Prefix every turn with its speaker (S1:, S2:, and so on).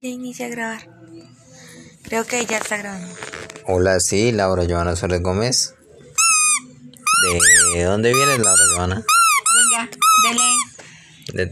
S1: Ya inicia a grabar. Creo que ya está grabando.
S2: Hola, sí, Laura Joana Suárez Gómez. ¿De dónde vienes, Laura Joana?
S1: Venga, dele.
S2: De-